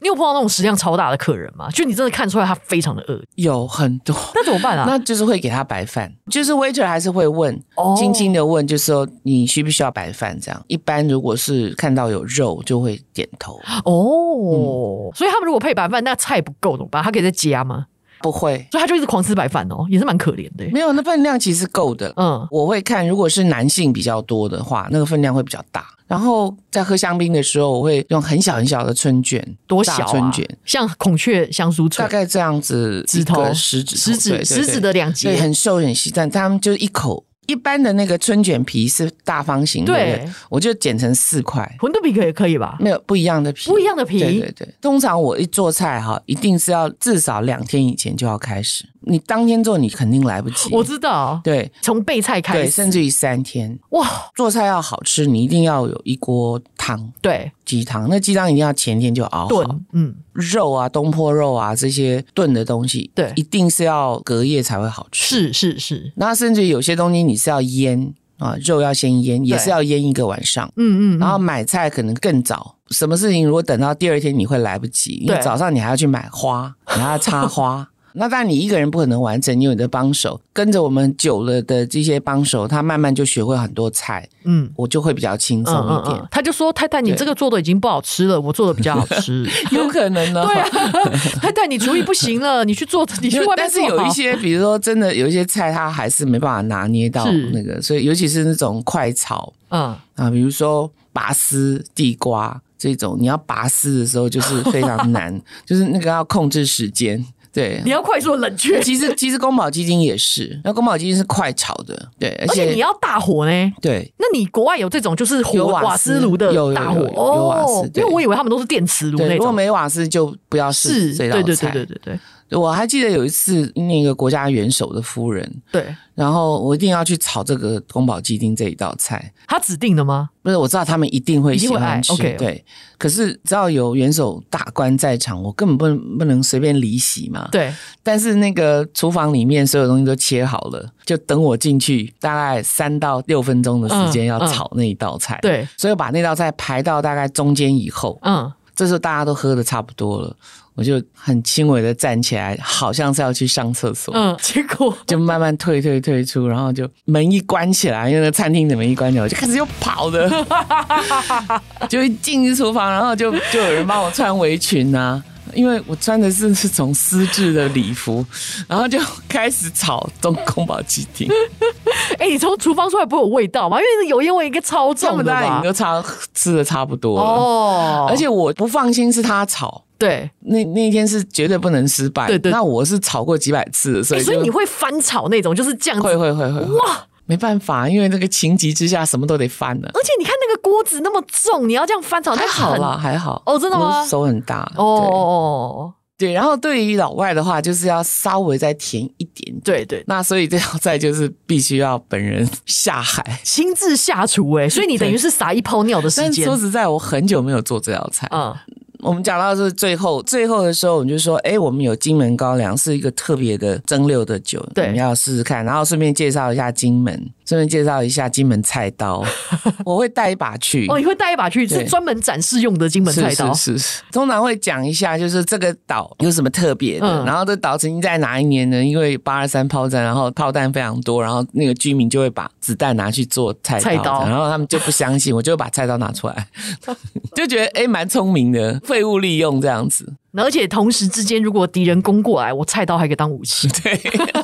S3: 你有碰到那种食量超大的客人吗？就你真的看出来他非常的饿，
S4: 有很多，
S3: 那怎么办啊？
S4: 那就是会给他白饭，就是 waiter 还是会问
S3: 哦，
S4: 轻轻的问，就是说你需不需要白饭这样。一般如果是看到有肉，就会点 头，
S3: 哦，所以他们如果配白饭，那菜不够怎么办？他可以再加吗？
S4: 不会，
S3: 所以他就一直狂吃白饭哦，也是蛮可怜的欸。
S4: 没有那分量其实够的。
S3: 嗯，
S4: 我会看，如果是男性比较多的话，那个分量会比较大。然后在喝香槟的时候，我会用很小很小的春卷，
S3: 多小
S4: 大
S3: 啊
S4: 春卷，？
S3: 像孔雀香酥脆，
S4: 大概这样子，
S3: 指头
S4: 一个食指头，
S3: 食指
S4: 对对对
S3: 食指的两节
S4: 对，很瘦很细，但他们就一口。一般的那个春卷皮是大方形，
S3: 对
S4: 对不对，我就剪成四块，
S3: 馄饨皮可以可以吧？
S4: 没有不一样的皮，
S3: 不一样的皮
S4: 嗯对对对，通常我一做菜哈，一定是要至少两天以前就要开始，你当天做你肯定来不及。
S3: 我知道，
S4: 对
S3: 从备菜开
S4: 对，
S3: 始，
S4: 甚至于三天。
S3: 哇，
S4: 做菜要好吃，你一定要有一锅汤，
S3: 对，
S4: 鸡汤。那鸡汤一定要前天就熬好。
S3: 炖，嗯，
S4: 肉啊，东坡肉啊，这些炖的东西，
S3: 对
S4: 一定是要隔夜才会好吃。
S3: 是是是，
S4: 那甚至有些东西你是要腌啊，肉要先腌，也是要腌一个晚上。
S3: 嗯嗯，
S4: 然后买菜可能更早。什么事情如果等到第二天，你会来不及，因为
S3: 对
S4: 早上你还要去买 花，你还要插花。那当然，你一个人不可能完成，你有你的帮手，跟着我们久了的这些帮手，他慢慢就学会很多菜，
S3: 嗯。
S4: 我就会比较轻松一点。
S3: 他就说：“太太，你
S4: 对
S3: 这个做的已经不好吃了，我做的比较好 吃。
S4: 有可能 呢、
S3: 对啊， 太太，你厨艺不行了，你去做，你去
S4: 因为
S3: 外面
S4: 但是
S3: 做好。
S4: 有一些，比如说真的有一些菜，他还是没办法拿捏到
S3: 是
S4: 那个，所以尤其是那种快炒
S3: 嗯，
S4: 啊，比如说拔丝、地瓜这种，你要拔丝的时候就是非 常难，就是那个要控制时间。对
S3: 你，要快速地冷却，
S4: 其实其实宫保鸡丁也是，那宫保鸡丁是快炒的，对，而
S3: 而且你要大火呢。
S4: 对
S3: 那你国外有这种就是火
S4: 有瓦斯
S3: 瓦斯炉的
S4: 有有
S3: 大火
S4: 有有有瓦斯
S3: 哦？因
S4: 对
S3: 为我以为他们都是电磁炉
S4: 对，
S3: 那
S4: 如果
S3: 种，
S4: 没瓦斯就不要试
S3: 是，
S4: 这
S3: 对
S4: 道
S3: 对
S4: 菜。
S3: 对对对对
S4: 我还记得有一次那个国家元首的夫人，
S3: 对，
S4: 然后我一定要去炒这个宫保鸡丁这一道菜。
S3: 他指定的吗？
S4: 不是，我知道他们一定会喜欢吃，
S3: 一定会爱，OK
S4: 对。可是只要有元首大官在场，我根本不能不能随便离席嘛。。
S3: 对，
S4: 但是那个厨房里面所有东西都切好了，就等我进去，大概三到六分钟的时间
S3: 嗯
S4: 要炒那一道菜。
S3: 对
S4: 所以我把那道菜排到大概中间以后，
S3: 嗯，
S4: 这时候大家都喝的差不多了，我就很轻微的站起来，好像是要去上厕所。
S3: 嗯， 结果
S4: 就慢慢退退退出，然后就门一关起来，因为那餐厅的门一关起来，我就开始又 跑的，就一进厨房，然后就就有人帮我穿围裙啊，因为我穿的是是种丝质的礼服，然后就开始炒东宫保鸡 丁，
S3: 哎、你从厨房出来不会有味道吗？因为那油烟味应该超
S4: 这
S3: 重
S4: 么
S3: 的
S4: 大
S3: 吧
S4: 你？都差吃的差不多了，
S3: 哦，
S4: 而且我不放心是他炒。
S3: 对、
S4: 那那一天是绝对不能失败，
S3: 对对
S4: 那我是炒过几百次的，所
S3: 哎
S4: 以、
S3: 所以
S4: 就
S3: 你会翻炒那种，就是这样子。
S4: 会会会会哇，没办法，因为那个情急之下什么都得翻了。
S3: 而且你看那个锅子那么重，你要这样翻炒，
S4: 还
S3: 那
S4: 好
S3: 很
S4: 啦，。还好。
S3: 哦真的吗
S4: 我手很大。
S3: 哦哦哦，
S4: 对，对。然后对于老外的话，就是要稍微再甜一点点。
S3: 对对，
S4: 那所以这道菜就是必须要本人 下海。
S3: 亲自下厨哎、所以你等于是撒一泡尿的时
S4: 但
S3: 间
S4: 说。实在，我很久没有做这道菜。
S3: 嗯，
S4: 我们讲到是最后，最后的时候，我们就说，哎，我们有金门高粱是一个特别的蒸馏的酒，
S3: 对
S4: 我们要试试看。然后顺便介绍一下金门，顺便介绍一下金门菜 刀，我会带一把去。
S3: 哦，你会带一把去，是
S4: 对
S3: 专门展示用的金门菜刀。
S4: 是是是是通常会讲一下，就是这个岛有什么特别的，
S3: 嗯
S4: 然后这岛曾经在哪一年呢？因为八二三炮战，然后炮弹非常多，然后那个居民就会把子弹拿去做菜刀，
S3: 菜刀
S4: 然后他们就不相信，我就把菜刀拿出来， 就觉得哎蛮聪明的，废物利用这样子，
S3: 那而且同时之间，如果敌人攻过来，我菜刀还可以当武器，
S4: 对，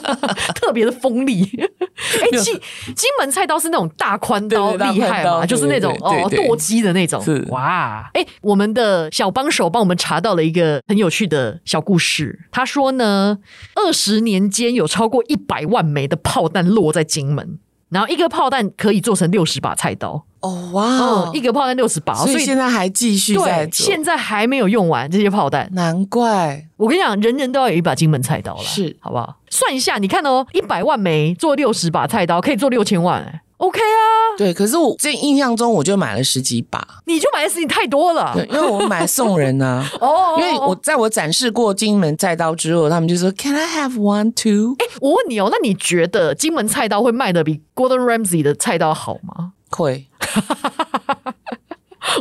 S3: 特别的锋 利。哎、金金门菜刀是那种大宽刀，
S4: 对对大
S3: 厉害
S4: 宽刀
S3: 嘛，就是那种
S4: 对对对对
S3: 哦
S4: 对
S3: 剁鸡的那种。
S4: 是
S3: 哇，哎、我们的小帮手帮我们查到了一个很有趣的小故事。他说呢，二十年间有超过一百万枚的炮弹落在金门，然后一个炮弹可以做成六十把菜刀，
S4: 哦哇
S3: 嗯，一个炮弹六十把，
S4: 所以现在还继续在
S3: 对，
S4: 做，
S3: 现在还没有用完这些炮弹。
S4: 难怪
S3: 我跟你讲，人人都要有一把金门菜刀了，
S4: 是
S3: 好不好？算一下，你看哦，一百万枚做六十把菜刀，可以做六千万、哎 OK 啊，
S4: 对，可是我这印象中我就买了十几把，
S3: 你就买的事情太多了
S4: 对，因为我买送人啊。
S3: 哦。
S4: 因为我在我展示过金门菜刀之后，他们就说 Can I have one too？
S3: 我问你哦，那你觉得金门菜刀会卖的比 Gordon Ramsay 的菜刀好吗？
S4: 会，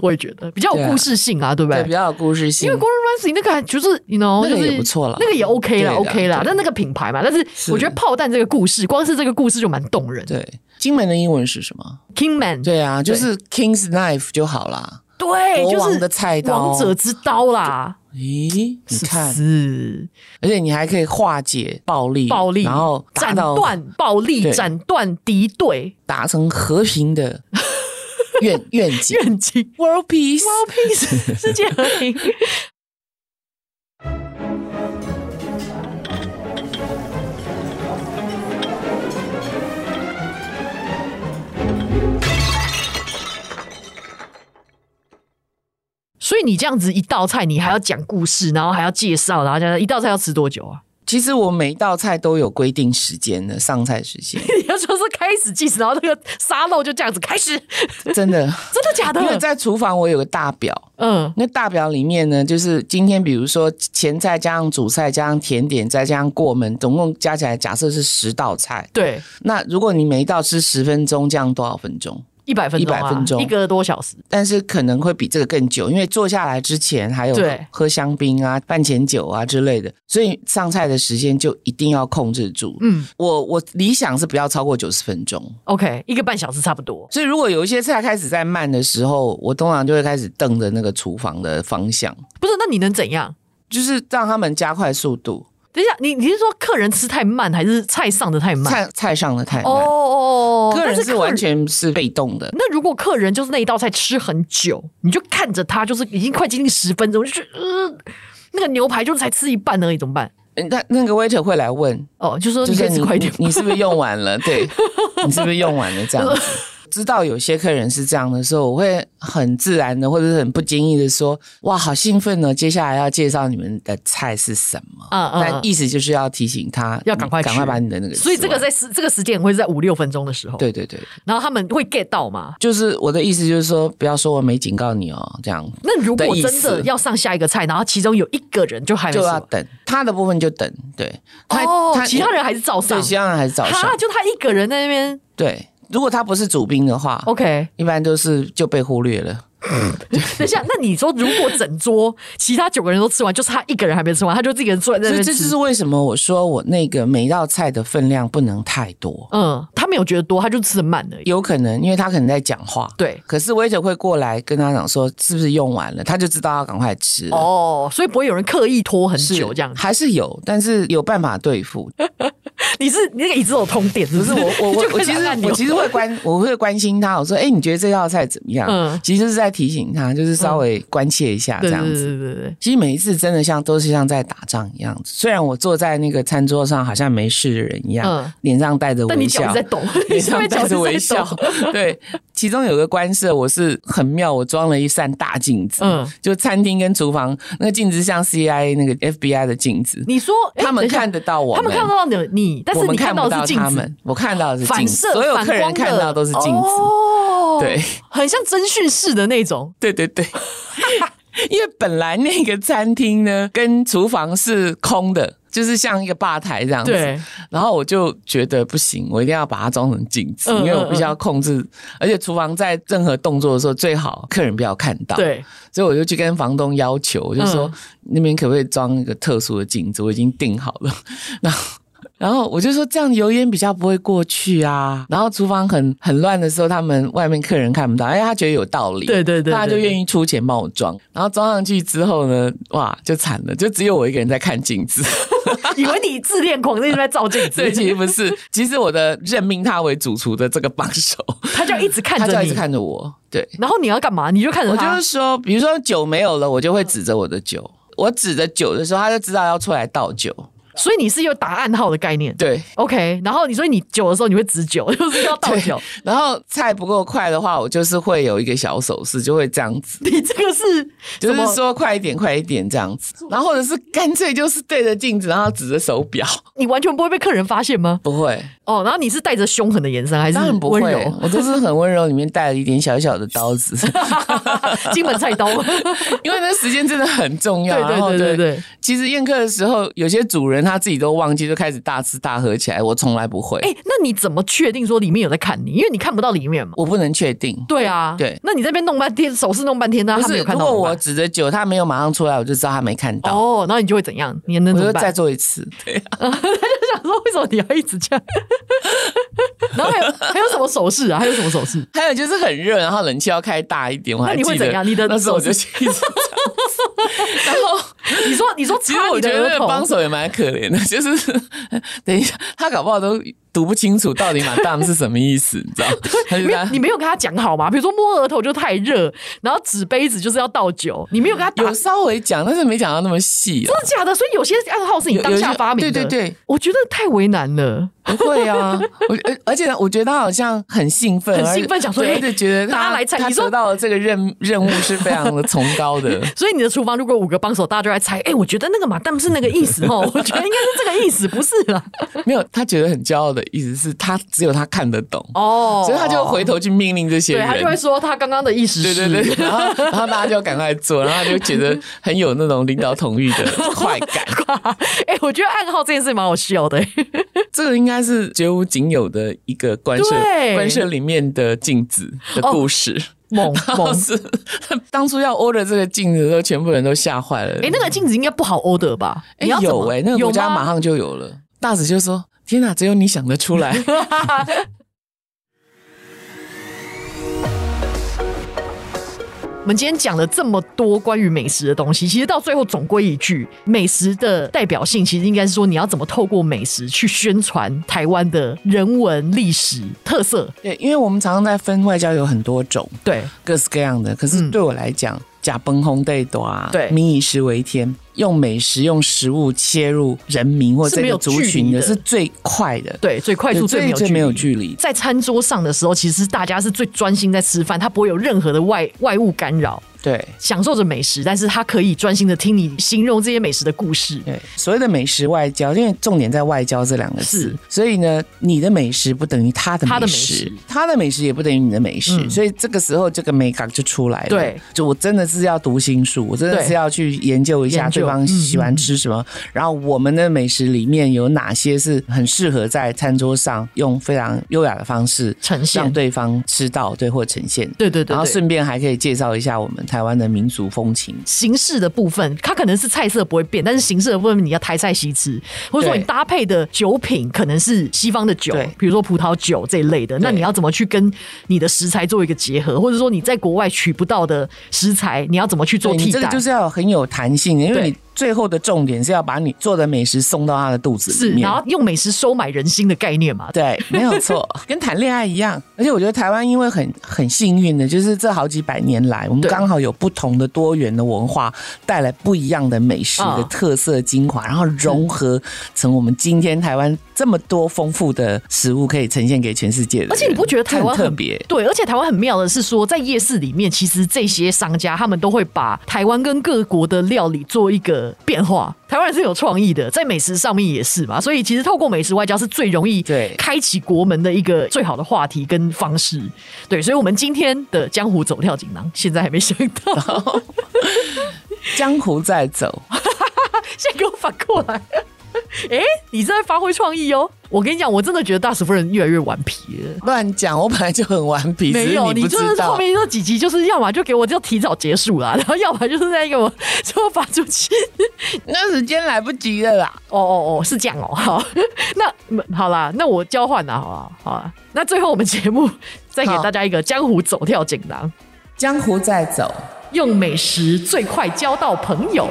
S3: 我也觉得比较
S4: 对
S3: 有
S4: 啊
S3: 故事性啊，对不
S4: 对，比较有故事性
S3: 因为。Gordon Ramsay 那个还就是，you know，
S4: 那个
S3: 就是
S4: 也不错啦
S3: 那个也 OK 啦
S4: 对的
S3: ，OK 啦。
S4: 对
S3: 但那个品牌嘛，但是我觉得炮弹这个故事，光是这个故事就蛮动人的。
S4: 对，金门的英文是什么？
S3: Kingman，
S4: 对啊，就是 King's knife 就好啦。
S3: 对，
S4: 国
S3: 就
S4: 王
S3: 是
S4: 的菜刀
S3: 王者之刀啦，
S4: 咦，你
S3: 是
S4: 看，
S3: 是
S4: 而且你还可以化解暴力，
S3: 暴力，
S4: 然后达
S3: 斩
S4: 到
S3: 断暴力，
S4: 对
S3: 斩断敌对
S4: 达成和 平的愿愿景
S3: 愿景
S4: ，World Peace。
S3: ，peace，世界和平。所以你这样子一道菜，你还要讲故事，然后还要介绍，然后讲一道菜要吃多久啊？
S4: 其实我每一道菜都有规定时间的上菜时间，
S3: 你要说是开始计时，然后那个沙漏就这样子开始， 真
S4: 真的。
S3: 的假的
S4: 因？为在厨房我有个大表，
S3: 嗯，
S4: 那大表里面呢，就是今天比如说前菜加上主菜加上甜点再加上过门，总共加起来假设是十道菜。
S3: 对，
S4: 那如果你每一道吃十分钟，这样多少分钟？
S3: 一百分钟、啊，
S4: 100分钟
S3: 一个多小时，
S4: 但是可能会比这个更久，因为坐下来之前还有
S3: 对
S4: 喝香槟啊、饭前酒啊之类的，所以上菜的时间就一定要控制住。
S3: 嗯
S4: 我我理想是不要超过九十分钟。
S3: ，OK，一个半小时差不多。
S4: 所以如果有一些菜开始在慢的时候，我通常就会开始瞪着那个厨房的方向，
S3: 不是，那你能怎样？
S4: 就是让他们加快速度。
S3: 等一下，你你是说客人吃太慢，还是菜上的太慢？
S4: 菜菜上的太
S3: 哦
S4: 慢。
S3: 哦哦，
S4: 个
S3: 但
S4: 人是
S3: 客
S4: 完。全是被动的，
S3: 那如果客人就是那一道菜吃很久，你就看着他，就是已经快接近十分钟，就觉得呃，那个牛排就是才吃一半而已，怎么办？
S4: 那那个 waiter 会来问，
S3: 哦，就说
S4: 就
S3: 你可以
S4: 是你
S3: 吃快一点吗
S4: 你你是不是用完 了？对，你是不是用完了这样子？知道有些客人是这样的时候，我会很自然的或者是很不经意的说：“哇，好兴奋哦！接下来要介绍你们的菜是什么。”
S3: 嗯嗯
S4: 那
S3: 嗯
S4: 意思就是要提醒他
S3: 要赶快
S4: 赶快
S3: 吃
S4: 把你的那个吃完。
S3: 所以这个在时这个时间会是在五六分钟的时候，，
S4: 啊对对对，
S3: 然后他们会 get 到嘛？
S4: 就是我的意思就是说，不要说我没警告你哦，这样
S3: 那如
S4: 的
S3: 果
S4: 意
S3: 真的
S4: 思
S3: 要上下一个菜，然后其中有一个人就还没
S4: 就要
S3: 说，
S4: 等他的部分就等，对他
S3: 哦，其他人还是照上
S4: 对，，其他人还是早上
S3: 哈，就他一个人在那边
S4: 对，如果他不是主兵的话
S3: ，OK。
S4: 一般都是就被忽略了。
S3: 等一下，那你说如果整桌其他九个人都吃完，就是他一个人还没吃完，他就自己一个人坐在那
S4: 所以
S3: 边
S4: 这就
S3: 吃
S4: 是。为什么我说我那个每一道菜的分量不能太多，
S3: 嗯，他没有觉得多，他就吃的慢而已。
S4: 有可能因为他可能在讲话，
S3: 对，
S4: 可是 waiter 会过来跟他讲说是不是用完了，他就知道要赶快吃了。
S3: 哦，所以不会有人刻意拖很
S4: 是
S3: 久这样。
S4: 还是有，但是有办法对付。
S3: 你是你那个椅子有通电，是
S4: 不
S3: 不
S4: 是
S3: 是？
S4: 我我 我
S3: 就
S4: 我
S3: 开始
S4: 其实
S3: 按钮
S4: 我其实会关 我会关心他，我说哎、你觉得这道菜怎么样？
S3: 嗯
S4: 其实就是在提醒他，就是稍微关切一下这
S3: 对对
S4: 样子。
S3: 对对对对，
S4: 其实每一次真的像都是像在打仗一样，虽然我坐在那个餐桌上好像没事的人一样，
S3: 嗯
S4: 脸上带着
S3: 但
S4: 微
S3: 你脚一
S4: 笑
S3: 直在，抖，
S4: 脸
S3: 你上
S4: 上
S3: 面脚
S4: 带
S3: 一直
S4: 着微
S3: 在
S4: 笑
S3: 抖。。
S4: 对，其中有个官舍，我是很妙，我装了一扇大镜子，
S3: 嗯
S4: 就餐厅跟厨房那个镜子像 CIA 那个 FBI 的镜子，
S3: 你说哎
S4: 他们
S3: 等一下
S4: 看得到我
S3: 他们
S4: 们
S3: 看得到你你，但
S4: 我
S3: 是
S4: 们
S3: 你
S4: 看
S3: 到
S4: 不
S3: 的
S4: 到
S3: 是镜
S4: 他
S3: 子
S4: 们，，我看到的是
S3: 反
S4: 镜子，
S3: 射
S4: 所有客
S3: 反
S4: 人
S3: 光
S4: 看
S3: 的
S4: 到都是镜子，
S3: 哦，
S4: 对，
S3: 很像侦讯室的那种。
S4: 对对对。因为本来那个餐厅呢跟厨房是空的，就是像一个吧台这样子。
S3: 对。
S4: 然后我就觉得不行，我一定要把它装成镜子，
S3: 嗯
S4: 因为我
S3: 嗯
S4: 必须要控制，而且厨房在任何动作的时候最好客人不要看到。。
S3: 对，
S4: 所以我就去跟房东要求，我就说、
S3: 嗯
S4: 那边可不可以装一个特殊的镜子，我已经订好了。 然后，然后我就说这样油烟比较不会过去啊。然后厨房很很乱的时候，他们外面客人看不到，哎，他觉得有道理，
S3: 对对对对
S4: 他就愿意出钱帮我装。然后装上去之后呢，哇，就惨了，就只有我一个人在看 镜子。
S3: 以为你自恋狂，一直在照镜子
S4: 所以， 其实不是，其实我的任命他为主厨的这个帮手，
S3: 他就一直看
S4: 他就
S3: 着
S4: 一直
S3: 你。
S4: 看着我，对。
S3: 然后你要干嘛？你就看着
S4: 我就
S3: 他
S4: 是，说，比如说酒没有了，我就会指着我的酒，我指着酒的时候，他就知道要出来倒酒。
S3: 所以你是有打暗号的概念。
S4: 对，
S3: OK，然后你说你酒的时候你会指酒， 就是要倒酒。
S4: 然后菜不够快的话，我就是会有一个小手势，就会这样子，
S3: 你这个是
S4: 就
S3: 什么
S4: 是说快一点，快一点这样子。然后或者是干脆就是对着镜子，然后指着手 表，
S3: 你完全不会被客人发现吗？
S4: 不会，
S3: 哦，然后你是带着凶狠的眼神还是
S4: 当然不
S3: 温
S4: 会
S3: 柔？，
S4: 我都是很温柔，里面带了一点小小的刀子，
S3: 金门菜刀，
S4: 因为那时间真的很重要。
S3: 对对
S4: 然后
S3: 对对对
S4: 其实宴客的时候，有些主人他自己都忘记，就开始大吃大喝起来。我从来不会，
S3: 哎、那你怎么确定说里面有在看你？因为你看不到里面嘛。
S4: 我不能确定。
S3: 对啊，
S4: 对
S3: 那你在那边弄半天，手势弄半天，那
S4: 不
S3: 他没
S4: 是，
S3: 有看
S4: 如
S3: 到
S4: 果
S3: 怎么
S4: 我
S3: 办。
S4: 指着酒，他没有马上出来，我就知道他没看到。
S3: 哦，然后你就会怎样？你能
S4: 我
S3: 怎么
S4: 就
S3: 办？
S4: 再做一次，对啊、
S3: 想说为什么你要一直这 样？然后还有还有什么手势啊？还有什么手势？
S4: 还有就是很热，然后冷气要开大一点。我还
S3: 那你会
S4: 记得
S3: 怎样你的
S4: 那时候我就一
S3: 手
S4: 直这 样子然后，
S3: 你说你说
S4: 其
S3: 擦
S4: 实我
S3: 你
S4: 觉
S3: 的
S4: 得那
S3: 额
S4: 个
S3: 头，
S4: 帮手也蛮可怜的， 就是等一下他搞不好都读不清楚到底马大是什么意思，你知道？他就
S3: 没有
S4: 这样
S3: 你没有跟他讲好吗？比如说摸额头就太热，然后指杯子就是要倒酒，你没有跟他打。
S4: 有稍微讲，但是没讲到那么细、啊
S3: 真。的假的？所以有些暗号是你
S4: 有
S3: 当
S4: 有一
S3: 下
S4: 些
S3: 发明的。
S4: 对对对，
S3: 我觉得太为难了。
S4: 不会啊，我而而且呢我觉得他好像很兴奋，
S3: 很兴奋
S4: 而
S3: 想说
S4: 对
S3: 哎
S4: 对，觉得
S3: 大家
S4: 他
S3: 来猜
S4: 他
S3: 你说
S4: 得到的这个任任务是非常的崇 高的。
S3: 所以你的厨房如果有五个帮手，大家就来猜。哎、我觉得那个马蛋是那个意思哦， 我觉得应该是这个意思，不是啦。
S4: 没有，他觉得很骄傲的意思是他只有他看得懂，
S3: 哦，
S4: 所以他就回头去命令这些
S3: 对
S4: 人。
S3: 他就会说他刚刚的意思
S4: 对
S3: 是。
S4: 对对，然后然后大家就赶快做，然后他就觉得很有那种领导统 御的快感。
S3: 哎、我觉得暗号这件事蛮好哦笑 的、
S4: 这个应该是绝无仅有的一个官舍
S3: 对
S4: 官舍里面的镜子的故事。
S3: 猛猛
S4: 当！时当初要 order 这个镜子的时候，全部人都吓坏了。
S3: 哎、那个镜子应该不好 order 吧？
S4: 哎
S3: 你要怎
S4: 有
S3: 么
S4: 哎、那个
S3: 有
S4: 国家
S3: 吗
S4: 马上就有了。大使就说：“天哪，只有你想得出来。”
S3: 我们今天讲了这么多关于美食的东西，其实到最后总归一句，美食的代表性其实应该是说你要怎么透过美食去宣传台湾的人文、历史特色。
S4: 对，因为我们常常在分外交有很多种，
S3: 对，
S4: 各式各样的。可是
S3: 嗯
S4: 对我来讲，假崩烘对多啊，
S3: 对
S4: 民以食为天，用美食、用食物切入人民或
S3: 是
S4: 这
S3: 没有
S4: 个族
S3: 距离
S4: 群的，
S3: 的
S4: 是最快的，
S3: 对，最快
S4: 对，
S3: 速、
S4: 最
S3: 没有
S4: 最没有
S3: 距离。
S4: 距离。
S3: 在餐桌上的时候，其实大家是最专心在吃饭，他不会有任何的外外物干扰，
S4: 对
S3: 享受着美食，但是他可以专心的听你形容这些美食的故事。
S4: 对，所谓的美食外交，因为重点在外交这两个字
S3: 是，
S4: 所以呢，你的美食不等于他的
S3: 他的
S4: 美
S3: 美
S4: 食
S3: 食，
S4: 他的美食也不等于你的美食，
S3: 嗯
S4: 所以这个时候这个美感就出来了。
S3: 对，
S4: 就我真的是要读心术，我真的
S3: 对
S4: 是要去研究一下
S3: 研究嗯
S4: 对方喜欢吃什么，然后我们的美食里面有哪些是很适合在餐桌上用非常优雅的方式
S3: 呈现
S4: 让对方吃到，对或呈现。
S3: 对对对
S4: 然后
S3: 对。
S4: 顺便还可以介绍一下我们台湾的民俗风情。
S3: 形式的部分，它可能是菜色不会变，但是形式的部分你要台菜西吃，或者说
S4: 对
S3: 你搭配的酒品可能是西方的酒
S4: 对，
S3: 比如说葡萄酒这一类的，那你要怎么去跟你的食材做一个结合，或者说你在国外取不到的食材，你要怎么去做
S4: 对
S3: 替
S4: 你这
S3: 代？
S4: 个就是要很有弹性，因
S3: 对
S4: 为你最后的重点是要把你做的美食送到他的肚子
S3: 是
S4: 里，面。
S3: 然后用美食收买人心的概念嘛。
S4: 对，没有 错，跟谈恋爱一样。而且我觉得台湾因为很很幸运的，就是这好几百年来，我们
S3: 对
S4: 刚好有不同的多元的文化，带来不一样的美食
S3: 啊
S4: 的特色精华，然后融合成我们今天台湾这么多丰富的食物，可以呈现给全世界的人。
S3: 而且你不觉得台湾
S4: 这很特别？
S3: 对，而且台湾很妙的是说，在夜市里面，其实这些商家他们都会把台湾跟各国的料理做一个的变化。台湾人是有创意的，在美食上面也是嘛，所以其实透过美食外交是最容易
S4: 对
S3: 开启国门的一个最好的话题跟方式。对，所以我们今天的江湖走跳锦囊，现在还没想 到，
S4: 江湖在走，
S3: 啊现在给我反过来。哎、你在发挥创意哦！我跟你讲，我真的觉得大使夫人越来越顽皮了。
S4: 乱讲，我本来就很顽皮，只
S3: 没
S4: 是
S3: 有，
S4: 你不
S3: 就是
S4: 知
S3: 后
S4: 道。
S3: 面那几集，就是要么就给我就提早结束啦，然 后要么就是在给我就发出去。
S4: 那时间来不及了啦。
S3: 哦哦哦，是这样哦。好， 那嗯好啦，那我交换啦，好啦，好啦。那最后我们节目再给
S4: 好
S3: 大家一个江湖走跳锦囊，
S4: 江湖在走，
S3: 用美食最快交到朋友。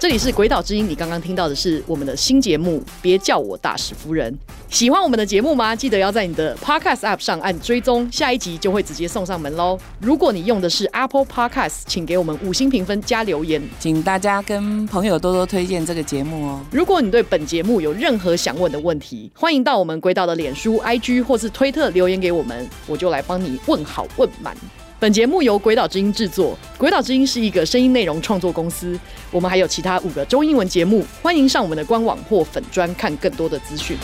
S2: 这里是《鬼岛之音》，你刚刚听到的是我们的新节目《别叫我大使夫人》。喜欢我们的节目吗？记得要在你的 Podcast App 上按追踪，下一集就会直接送上门喽。如果你用的是 Apple Podcast，请给我们五星评分加留言。
S7: 请大家跟朋友多多推荐这个节目哦。
S2: 如果你对本节目有任何想问的问题，欢迎到我们鬼岛的脸书、IG 或是推特留言给我们，我就来帮你问好问满。本节目由鬼岛之音制作，鬼岛之音是一个声音内容创作公司。我们还有其他五个中英文节目，欢迎上我们的官网或粉专看更多的资讯。